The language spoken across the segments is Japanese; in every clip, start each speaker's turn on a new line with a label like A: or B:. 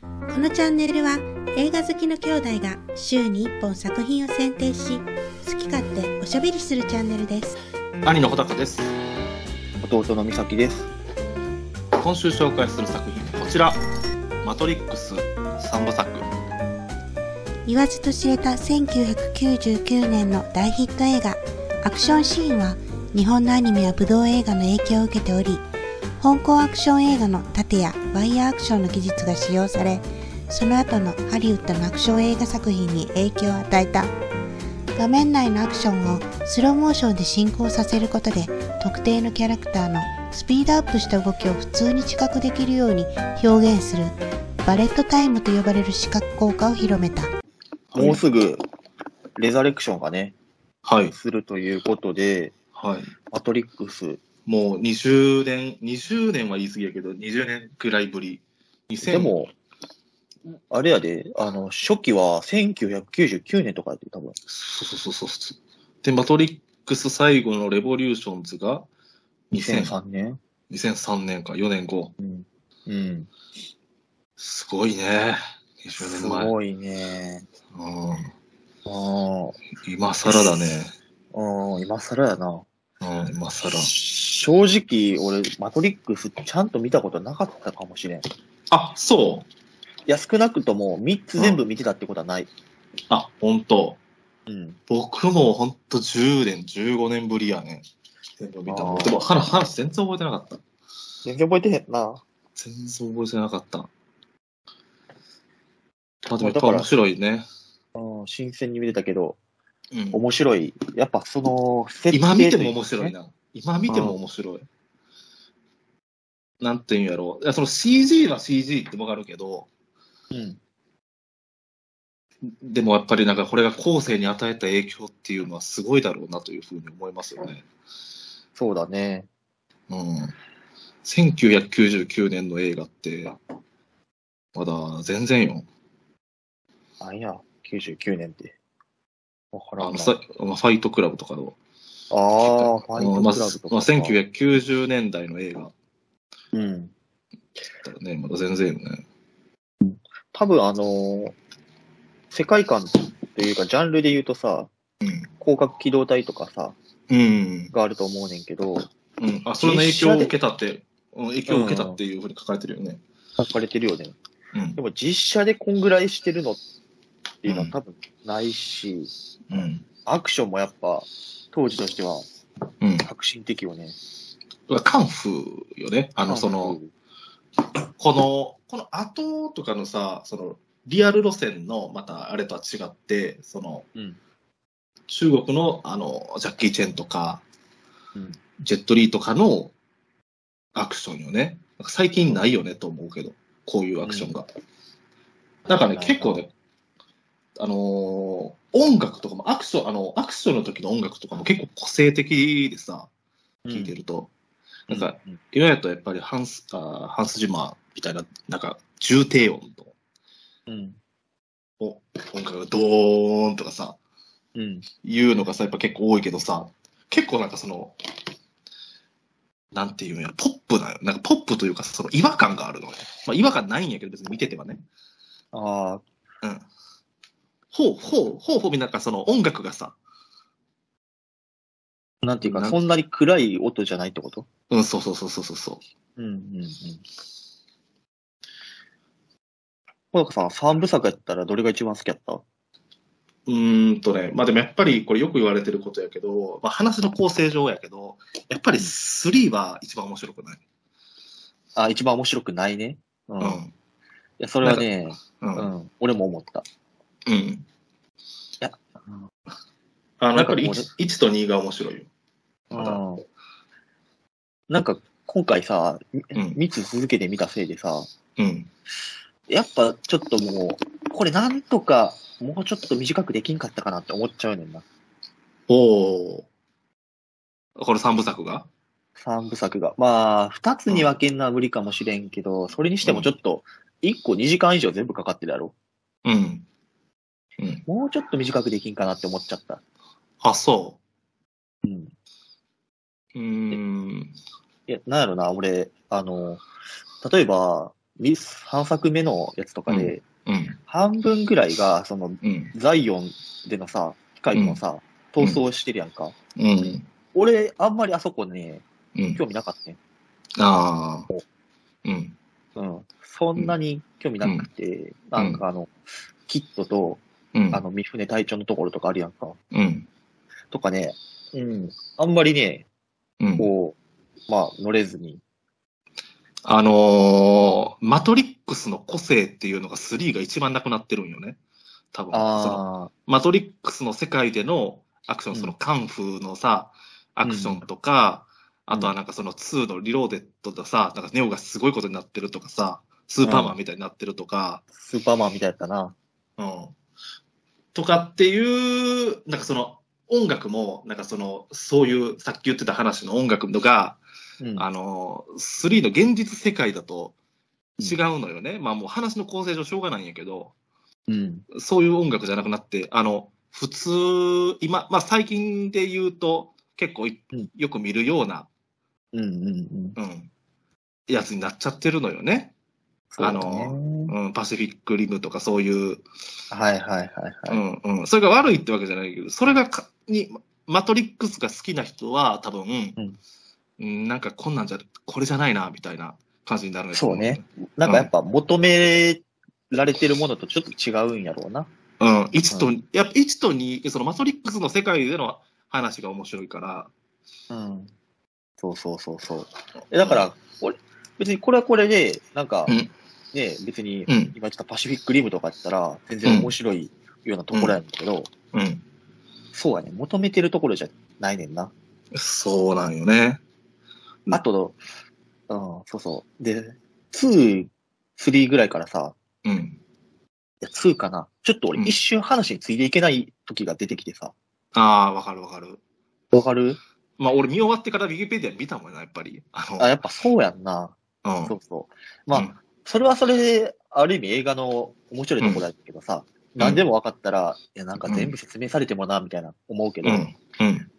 A: このチャンネルは映画好きの兄弟が週に1本作品を選定し好き勝手おしゃべりするチャンネルです
B: 兄の穂高です
C: 弟の美咲です。
B: 今週紹介する作品こちら「マトリックス」三部作
A: 言わずと知れた1999年の大ヒット映画アクションシーンは日本のアニメや武道映画の影響を受けており香港アクション映画の盾やワイヤーアクションの技術が使用されその後のハリウッドのアクション映画作品に影響を与えた画面内のアクションをスローモーションで進行させることで特定のキャラクターのスピードアップした動きを普通に知覚できるように表現するバレットタイムと呼ばれる視覚効果を広めた
C: もうすぐ、レザレクションがね、
B: はい
C: するということで、
B: はい
C: マトリックス。
B: もう20年20年は言い過ぎやけど20年くらいぶり2000
C: でも、あれやで、あの、初期は1999年とかやって、多分。
B: そうそうそうそうで「マトリックス最後のレボリューションズ」が2000
C: 2003年。
B: 2003年か4年後
C: うん。うん。
B: すごいね20
C: す
B: 年前、う
C: ごいね。
B: ん、
C: あ
B: 今更だね、
C: あ、うん、今更やな。
B: うん、今更
C: 正直、俺、マトリックスちゃんと見たことなかったかもしれん。い
B: あそう
C: や、少なくとも3つ全部見てたってことはない。
B: あ本当
C: うん。
B: 僕もほんと10年、15年ぶりやね。全部見たの
C: あー
B: でも、話、話全然覚えてなかった。
C: 全然覚えてへんな。
B: 全然覚えてなかった。まあでもやっ
C: だ
B: ぱ
C: から
B: 面白いね。
C: うん、新鮮に見てたけど、
B: うん、
C: 面白い。やっぱその、
B: 今見ても面白い
C: な。
B: な。今見ても面白い。なんていうんやろう。いや、その CG は CG ってわかるけど、
C: うん。
B: でもやっぱりなんかこれが後世に与えた影響っていうのはすごいだろうなというふうに思いますよね。
C: そうだね。
B: うん、1999年の映画って、まだ全然よ。
C: なんや、99年って。わか
B: あ
C: ら
B: の
C: んな。
B: さまあファイトクラブとかの。
C: ああ、フ
B: あ
C: ァ
B: の
C: イ
B: ま
C: ト
B: あ
C: クラブとか。
B: まあ、1990年代の映画だ
C: うん。
B: ったらね、まだ全然よね。
C: 多分あのー世界観というか、ジャンルで言うとさ、広角機動隊とかさ、
B: うん。
C: があると思うねんけど、
B: うん。うん。あ、それの影響を受けたって、うん影響を受けたっていうふうに書かれてるよね。
C: 書かれてるよね。
B: うん
C: で。も実写でこんぐらいしてるのっていうのは
B: うん
C: 多分ないし、
B: うん。
C: アクションもやっぱ、当時としては
B: うん。
C: 革新的よね。
B: カンフーよね。あの、その、、この、この後とかのさ、その、リアル路線の、またあれとは違って、その、
C: うん。
B: 中国のあのジャッキー・チェンとか、
C: うん
B: ジェット・リーとかのアクションよね。なんか最近ないよねと思うけど、こういうアクションが。なんかね、
C: ないな
B: 結構ね、あのー音楽とかも、アクション、あの、アクションの時の音楽とかも結構個性的でさ、聴いて
C: る。
B: ると。なんか、
C: うん、
B: 今やとやっぱりハンス、あーハンス・ジマーみたいな、なんか、重低音と、
C: うん。
B: お音楽がドーンとかさ、
C: うん。
B: いうのがさ、やっぱ結構多いけどさ、結構なんかその、なんていうんや、ポップな、なんかポップというかさその違和感があるのね。まあ違和感ないんやけど別に見ててはね。
C: ああ、
B: うん。ほうほう、ほうほうみんななんかその音楽がさ、
C: なんていう
B: な
C: か、
B: ん
C: そんなに暗い音じゃないってこと
B: うん、そうそうそうそうそうそう。
C: うんうんうん。小高さん、三部作やったらどれが一番好きやった
B: うーんとね、まあでもやっぱりこれよく言われてることやけど、まあ話の構成上やけど、やっぱり3は一番面白くない。
C: あ、一番面白くないね。うん。
B: う
C: い
B: ん。
C: や、それはね、
B: う。
C: うんん。俺も思った。
B: うん。
C: や
B: あの、やっぱり
C: なんか
B: 1, 1と2が面白いよ。
C: う
B: まだ
C: ん。なんか、今回さ、
B: うん。
C: 3つ続けて見たせいでさ、
B: うん。
C: やっぱちょっともう、これなんとか、もうちょっと短くできんかったかなって思っちゃうねんな。
B: おお。この三部作が
C: 三部作が。まあ、二つに分けんのは無理かもしれんけど、それにしてもちょっと、一個2時間以上全部かかってるやろ。
B: うん。うん。
C: もうちょっと短くできんかなって思っちゃった。
B: あ、そ
C: うん。
B: う。うーん。
C: いや、なんやろな、俺、あの、例えば、み3作目のやつとかで、
B: うん。
C: 半分ぐらいが、その、
B: うん。
C: ザイオンでのさ、機械のさ、
B: うん
C: 闘争してるやんか。
B: うん。
C: 俺、あんまりあそこね、
B: うん。
C: 興味なかったね。
B: ああ。うん。
C: うん。そんなに興味なくて、なんかあの、キッドと、
B: うん。
C: あの、三船隊長のところとかあるやんか。
B: うん。
C: とかね、うん。あんまりね、
B: うん。
C: こう、まあ、乗れずに。
B: あのーマトリックスの個性っていうのが3が一番なくなってるんよね。多分。その
C: あ
B: マトリックスの世界でのアクション、
C: うん
B: そのカンフーのさ、アクションとか、
C: うん
B: あとはなんかその2のリローデッドとさ、なんかネオがすごいことになってるとかさ、スーパーマンみたいになってるとか、
C: あ、スーパーマンみたいだったな。
B: うん。とかっていう、なんかその音楽も、なんかその、そういうさっき言ってた話の音楽のが、
C: うん。
B: あの、3の現実世界だと違うのよね。まあもう話の構成上しょうがないんやけど、
C: うん。
B: そういう音楽じゃなくなって、あの、普通、今、まあ最近で言うと、結構い
C: うん
B: よく見るような、
C: うん。うん。うん。
B: うん、やつになっちゃってるのよね。
C: そうだね
B: あのうん、パシフィックリムとかそういう、
C: はいはいはいはい。
B: うんうん。それが悪いってわけじゃないけど、それがかに、マトリックスが好きな人は多分、
C: うん
B: うん、なんかこんなんじゃ、これじゃないな、みたいな感じになるんやと
C: そ
B: 思
C: うね。なんかやっぱ求められてるものとちょっと違うんやろうな。
B: うん、1と、やっぱ1と2、そのマトリックスの世界での話が面白いから。
C: うん。そうそうそうそう。えだから、俺、別にこれはこれで、なんか、
B: うん
C: ね、別に、
B: うん
C: 今言ったパシフィックリムとか言ったら、全然面白いようなところやんだけど、
B: うん。
C: そうやね、求めてるところじゃないねんな。
B: そうなんよね。うん
C: あと、うん、そうそう。で、2、3ぐらいからさ、
B: うん。
C: いや、2かな。ちょっと俺
B: うん
C: 一瞬話についていけない時が出てきてさ。
B: ああ、わかるわかる。
C: わかる
B: まあ、俺見終わってからウィキペディア見たもんな、やっぱり。あの、
C: あ、やっぱそうやんな。
B: うん
C: そうそう。まあ、
B: うん
C: それはそれで、ある意味映画の面白いところだけどさ、
B: ん
C: 何でも分かったら、いや、なんか全部説明されてもな、みたいな思うけど、
B: うん。うん。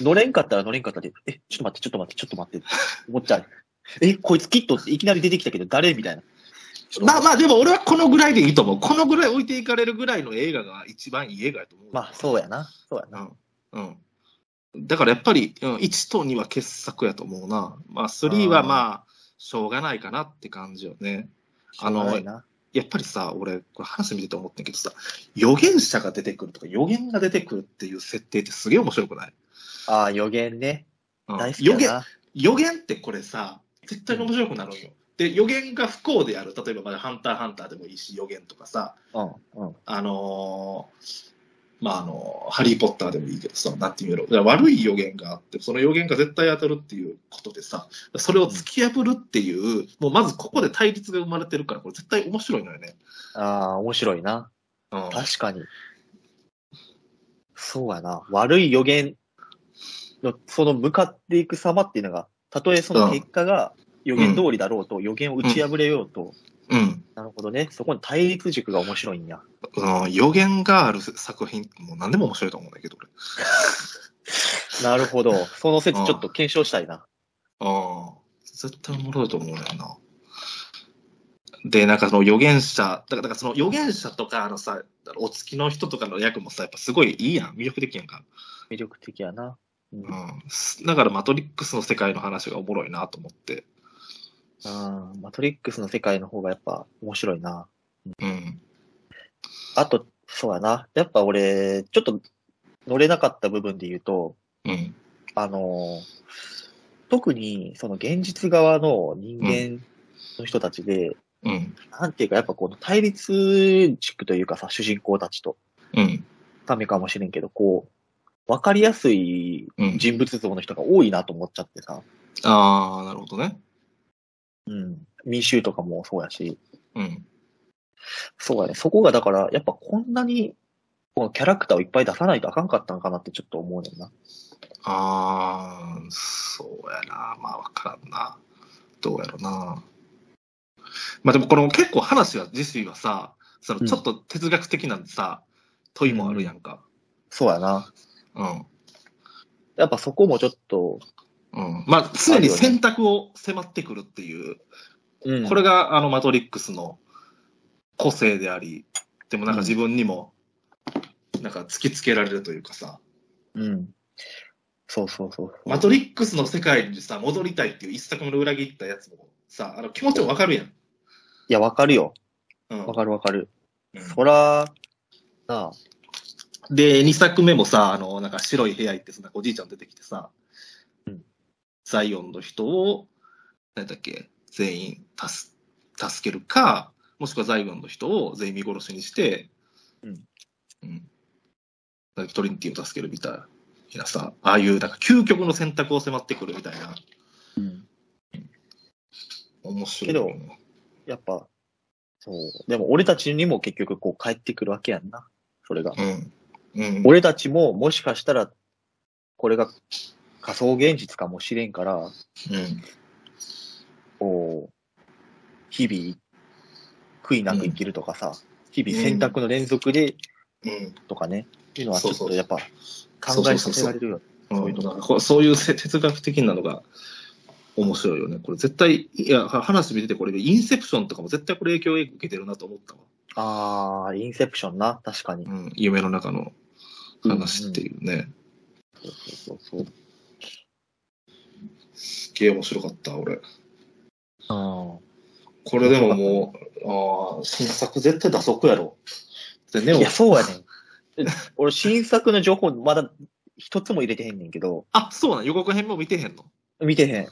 C: 乗れんかったら乗れんかったで、え、ちょっと待って、ちょっと待って、ちょっと待ってって思っちゃう。え、こいつキットっていきなり出てきたけど誰みたいな。
B: まあまあ、でも俺はこのぐらいでいいと思う。このぐらい置いていかれるぐらいの映画が一番いい映画やと思う。
C: まあ、そうやな。そうやな。
B: うん。うん。だからやっぱり、うん、1と2は傑作やと思うな。まあ、3はまあ、しょうがないかなって感じよね。あ
C: しょうが
B: の
C: ない、な
B: やっぱりさ、俺、これ話見てて思ったけどさ、予言者が出てくるとか、予言が出てくるっていう設定ってすげえ面白くない、
C: ああ、予言ね。
B: うん
C: 大好き
B: 予
C: や
B: 言
C: な。
B: 予言ってこれさ、絶対に面白くなるんよ。で、予言が不幸である。例えば、まあハンターハンターでもいいし、予言とかさ、
C: うん、うん。
B: あのーまあ、あのーハリー・ポッターでもいいけどさ、なんていうの、だから悪い予言があって、その予言が絶対当たるっていうことでさ、それを突き破るっていう、もうまずここで対立が生まれてるから、これ絶対面白いのよね。
C: ああ、面白いな。
B: うん
C: 確かに。そうやな。悪い予言の、その向かっていく様っていうのが、たとえその結果が予言通りだろうと、予言を打ち破れようと、
B: うん。
C: なるほどね。そこに対立軸が面白いんや。
B: うん、予言がある作品、もう何でも面白いと思うんだけど、俺。
C: なるほど。その説ちょっと検証したいな。
B: ああ、絶対面白いと思うねんな。で、なんかその予言者、だからだからその予言者とか、あのさ、お月の人とかの役もさ、やっぱすごいいいやん、魅力的やんか。
C: 魅力的やな。うん
B: うん。すだからマトリックスの世界の話がおもろいなと思って。
C: うんマトリックスの世界の方がやっぱ面白いな。
B: うん。
C: あと、そうやな。やっぱ俺、ちょっと乗れなかった部分で言うと、
B: うん。
C: あのー、特にその現実側の人間の人たちで、
B: うん。
C: なんていうかやっぱこの対立軸というかさ、主人公たちと、
B: うん。
C: ためかもしれんけど、こう、わかりやすい
B: うん。
C: 人物像の人が多いなと思っちゃってさ、
B: ああ、なるほどね。
C: うん。民衆とかもそうやし、
B: うん。
C: そうやね。そこがだから、やっぱこんなに、このキャラクターをいっぱい出さないとあかんかったんかなってちょっと思うねんな。
B: ああ、そうやな。まあ、わからんな。どうやろな。まあでも、この結構話は、自身はさ、その
C: うん
B: ちょっと哲学的なさ、問いもあるやんか。
C: そうやな。
B: うん。
C: やっぱそこもちょっと、
B: うん。まあ、常に選択を迫ってくるっていう
C: うん
B: これがあのマトリックスの個性であり、でもなんか自分にも、なんか突きつけられるというかさ、
C: うん。そうそうそう。
B: マトリックスの世界にさ、戻りたいっていう一作目の裏切ったやつもさ、あの気持ちもわかるやん。
C: いや、わかるよ。
B: うん
C: わかるわかる。
B: うん
C: そら、なあ。
B: で、2作目もさ、あの、なんか白い部屋行ってさ、なんかおじいちゃん出てきてさ、
C: うん
B: ザイオンの人を、なんだっけ、全員助助けるか、もしくはザイオンの人を全員見殺しにして、
C: うん。
B: うん。なんかトリニティを助けるみたいなさ、ああいう、なんか究極の選択を迫ってくるみたいな、面白いよね。
C: やっぱ、そう。でも俺たちにも結局こう帰ってくるわけやんな。それが。
B: うん。うん。
C: 俺たちももしかしたら、これが仮想現実かもしれんから、
B: うん。
C: こう、日々、悔いなく生きるとかさ、日々選択の連続で
B: うん。
C: とかね、っていうのはちょっ
B: そう
C: と
B: そう
C: やっぱ考えさせられるよ。
B: そ
C: そうう
B: い
C: いううとこ
B: そういうせ哲学的なのが面白いよね。これ絶対、いや、は話見ててこれ、インセプションとかも絶対これ影響を受けてるなと思ったわ。
C: あー、インセプションな、確かに。
B: うん、夢の中の話っていうね。
C: そうそうそう。
B: すげえ面白かった、俺。
C: あ
B: これでもも う、ああ、新作絶対打足やろ。で、ネ
C: ー
B: オ
C: いや、そうやねん。 俺、新作の情報、まだ一つも入れてへんねんけど、
B: あ、そうなん、予告編も見てへんの。
C: 見てへん。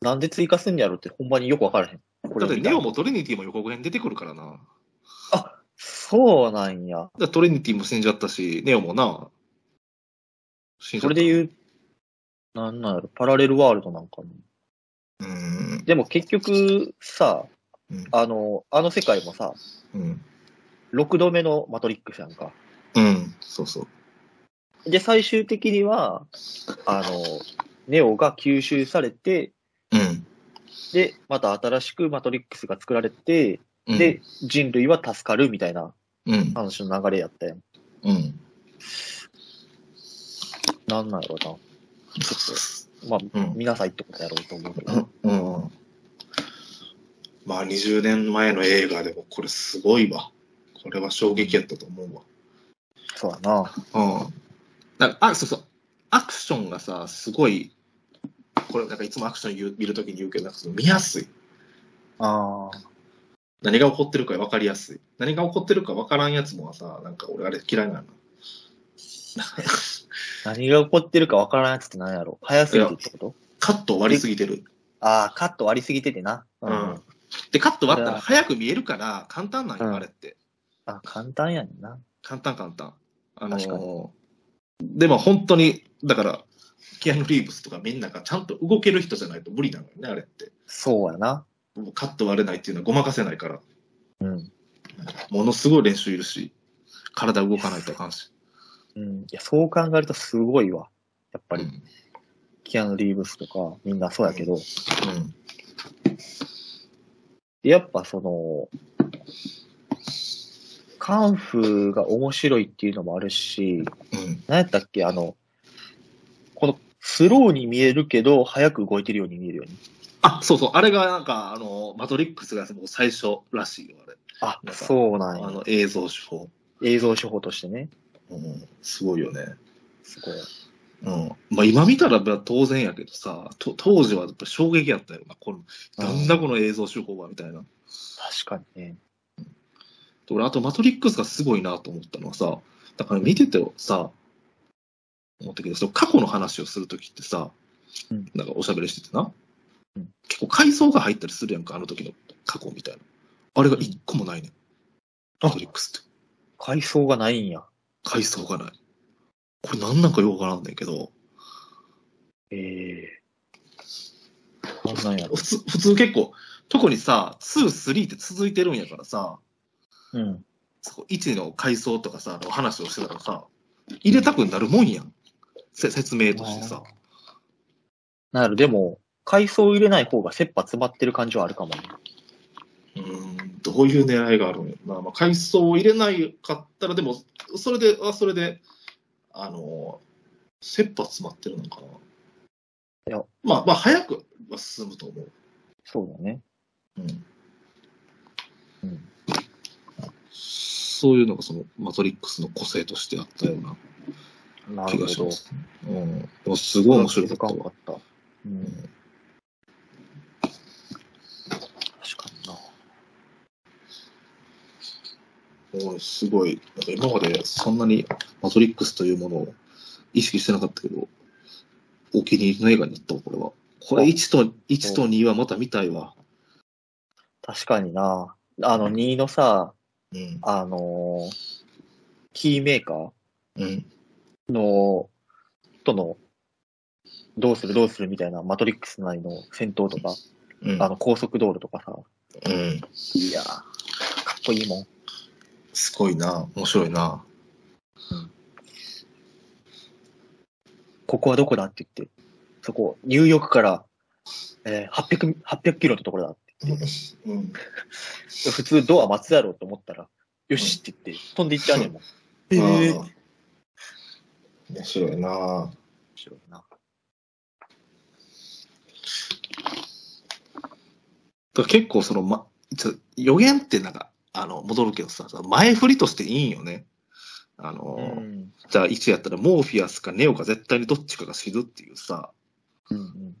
C: なんで追加すんやろって、ほんまによくわからへん。こ
B: だ
C: れ
B: って
C: 見た
B: ネオもトリニティも予告編出てくるからな。だか
C: そうなんや。
B: らトリニティも死んじゃったし、ネオもな。死んじ
C: そ
B: ゃっ
C: れ
B: た
C: で言う、なんなんやろ、パラレルワールドなんかな。
B: うん。
C: でも結局さ
B: うん、
C: あの、あの世界もさ、
B: うん。
C: 6度目のマトリックスやんか。
B: うん。そうそう。
C: で、最終的には、あの、ネオが吸収されて、
B: うん
C: で、また新しくマトリックスが作られて、
B: うん。
C: で、人類は助かるみたいな
B: うん。
C: 話の流れやったやん。
B: うん。
C: なんなんやろ
B: そうそうそ
C: な。ま
B: う。
C: あ、
B: うん。
C: 見なさいってことやろうと思うけど。
B: うん。まあ、20年前の映画でも、これすごいわ。これは衝撃やったと思う
C: そうやな。
B: わ。うん。なんか、あ、そうそう。アクションがさ、すごい、これなんかいつもアクション言う見るときに言うけど、なんかその見やすい。
C: ああ。
B: 何が起こってるか分かりやすい。何が起こってるか分からんやつもさ、なんか俺あれ嫌いなの。
C: 何が起こってるかわからんやつって何やろ。早すぎてってこと
B: カット割りすぎてる。
C: ああ、カット割りすぎててな。う
B: うん。で、カット割ったら早く見えるから、簡単なん
C: う
B: よ、
C: ん
B: あれって。
C: あ、簡単やねんな。
B: 簡単簡単。あのー
C: 確か
B: でも本当に、だから、キアヌ・リーブスとかみんながちゃんと動ける人じゃないと無理なのよね、あれって。
C: そうやな。
B: もうカット割れないっていうのはごまかせないから、
C: うん。
B: ものすごい練習いるし、体動かないとあかんし。
C: うん。いや、そう考えるとすごいわ。やっぱり、
B: うん
C: キアヌ・リーブスとか、みんなそうやけど、
B: うん
C: やっぱその、カンフーが面白いっていうのもあるし、
B: うん
C: 何やったっけ、あの、このスローに見えるけど、早く動いてるように見えるよね。
B: あ、そうそう、あれがなんか、あのー、マトリックスがもう最初らしいよ、あれ。
C: あ
B: なん、か
C: そうなん
B: あ
C: や。
B: の、映像手法。
C: 映像手法としてね。
B: うん、すごいよね。
C: すごい。
B: うん。まあ今見たらまあ当然やけどさ、と当時はやっぱ衝撃やったよな、この、なんだこの映像手法は、みたいな。
C: 確かにね。
B: で俺、あと、マトリックスがすごいなと思ったのはさ、だから見ててさ、思ったけど、その過去の話をするときってさ、
C: うん
B: なんかおしゃべりしててな、
C: うん
B: 結構階層が入ったりするやんか、あの時の過去みたいな。あれが一個もないねん。
C: あ
B: マトリックスって。
C: 階層がないんや。
B: 階層がない。これなんなんかよくわからんねんけど、
C: ええー。なんなんやろ
B: 普。通、普通結構、特にさ、2、3って続いてるんやからさ、
C: うん。
B: そこ1の階層とかさ、あの話をしてたらさ、入れたくなるもんやん。せ説明としてさ。
C: なるほどでも、階層入れない方が切羽詰まってる感じはあるかもね。
B: うーんどういう狙いがあるんやろな、まあ、階層を入れないかったら、でも、それで、あそれで、あのー、切羽詰まってるのかな。
C: いや
B: まあ、まあ、早くは進むと思う。
C: そうだね。
B: うん
C: うん
B: そういうのがそのマトリックスの個性としてあったような
C: な
B: 気
C: る
B: がし
C: ほど
B: ま。す、ね。うん、でもすごい面白かった
C: 気づ
B: わ。
C: かなかった。うん、確かにな。
B: うんすごい、なんか今までそんなにマトリックスというものを意識してなかったけど、お気に入りの映画になったわ、これは。これ1と、1と2はまた見たいわ。
C: 確かにな。あの、2のさ、
B: うん。
C: あのーキーメーカー
B: うん。
C: の、との、どうするどうするみたいな、マトリックス内の戦闘とか、
B: うん。
C: あの、高速道路とかさ、
B: うん。
C: いやーかっこいいもん。
B: すごいな、面白いな。
C: ここはどこだって言って、そこ、ニューヨークから、えー、800、800キロのところだって。
B: うん。
C: 普通ドア待つやろうと思ったら、よしって言って、飛んでいっちゃうねんもん。えー
B: あー面白いな。
C: 白いな。
B: だから結構その、ま、ちょ予言ってなんか、あの、戻るけどさ、前振りとしていいんよね。あの、
C: うん。
B: じゃあ1やったらモーフィアスかネオか絶対にどっちかが死ぬっていうさ、
C: うんうん。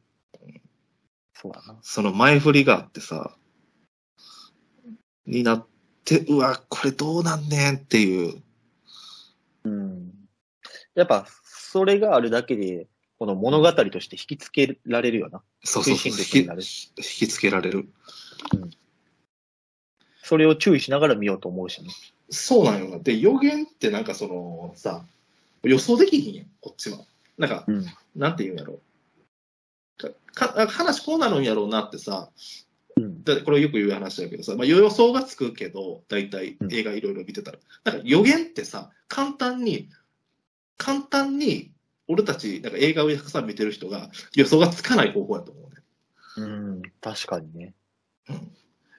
C: そうだな。
B: その前振りがあってさ、になって、うわ、これどうなんねんっていう。
C: うん。やっぱ、それがあるだけで、この物語として引きつけられるよな。
B: そうそうそう。
C: 推進力
B: 引
C: になる
B: き引きつけられる。
C: それを注意しながら見ようと思うしね。
B: そうなんよな。で、予言ってなんかそのさ、予想できひんやん、こっちも。なんか、
C: うん。
B: なんて言うんやろかか話こうなるんやろうなってさ、
C: うん。
B: だこれよく言う話だけどさ、まあ、予想がつくけど、大体
C: うん
B: 映画いろいろ見てたら、なんか予言ってさ、簡単に、簡単に、俺たち、なんか映画をたくさん見てる人が予想がつかない方法やと思うね。
C: うん。確かにね。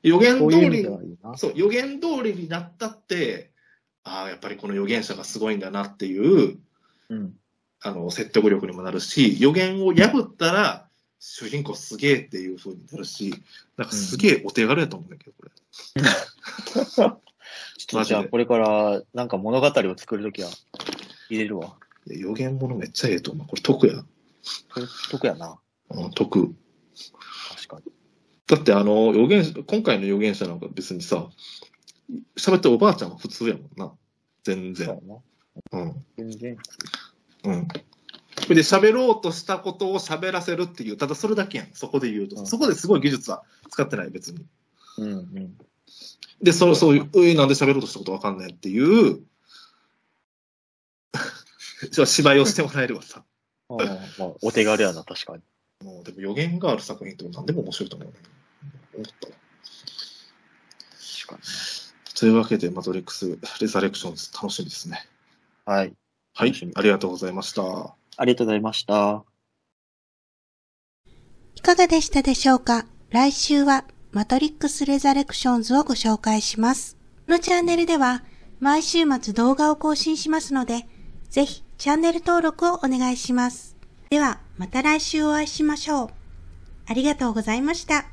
B: 予言
C: そう
B: 通
C: いう意
B: り
C: 味
B: に
C: ではいいな。
B: そう、予言通りになったって、ああ、やっぱりこの予言者がすごいんだなっていう、
C: うん。
B: あの、説得力にもなるし、予言を破ったら、主人公すげえっていう風になるし、なんかすげえお手軽やと思うんだけど、こ れ。
C: ちょっとじゃあ、これから、なんか物語を作るときは、入れるわ。
B: いや予言ものめっちゃええと思う。これ得や。
C: これ、得やな。
B: うん、得。
C: 確か
B: だってあの、予言者、今回の予言者なんか別にさ、喋ってるおばあちゃんは普通やもんな。全
C: に。そう
B: 然。
C: や
B: う
C: な。
B: ん。
C: 全然。
B: うん。それで喋ろうとしたことを喋らせるっていう、ただそれだけやん。そこで言うと。
C: うん
B: そこですごい技術は使ってない、別に。
C: うんうん。
B: で、それ、そういう、えなんで喋ろうとしたことわかんないっていう、 じゃあ芝居をしてもらえればさ。
C: ああまあ、お手軽やな、確かに。
B: もうでも予言がある作品って何でも面白いと思うね。思ったわ。
C: 確か
B: というわけで、マトリックス・レザレクションズ、楽しみですね。
C: に。はい。
B: はい
C: 楽しみ、
B: ありがとうございました。
C: ありがとうございました。
A: いかがでしたでしょうか来週はマトリックスレザレクションズをご紹介します。このチャンネルでは毎週末動画を更新しますので、ぜひチャンネル登録をお願いします。ではまた来週お会いしましょう。ありがとうございました。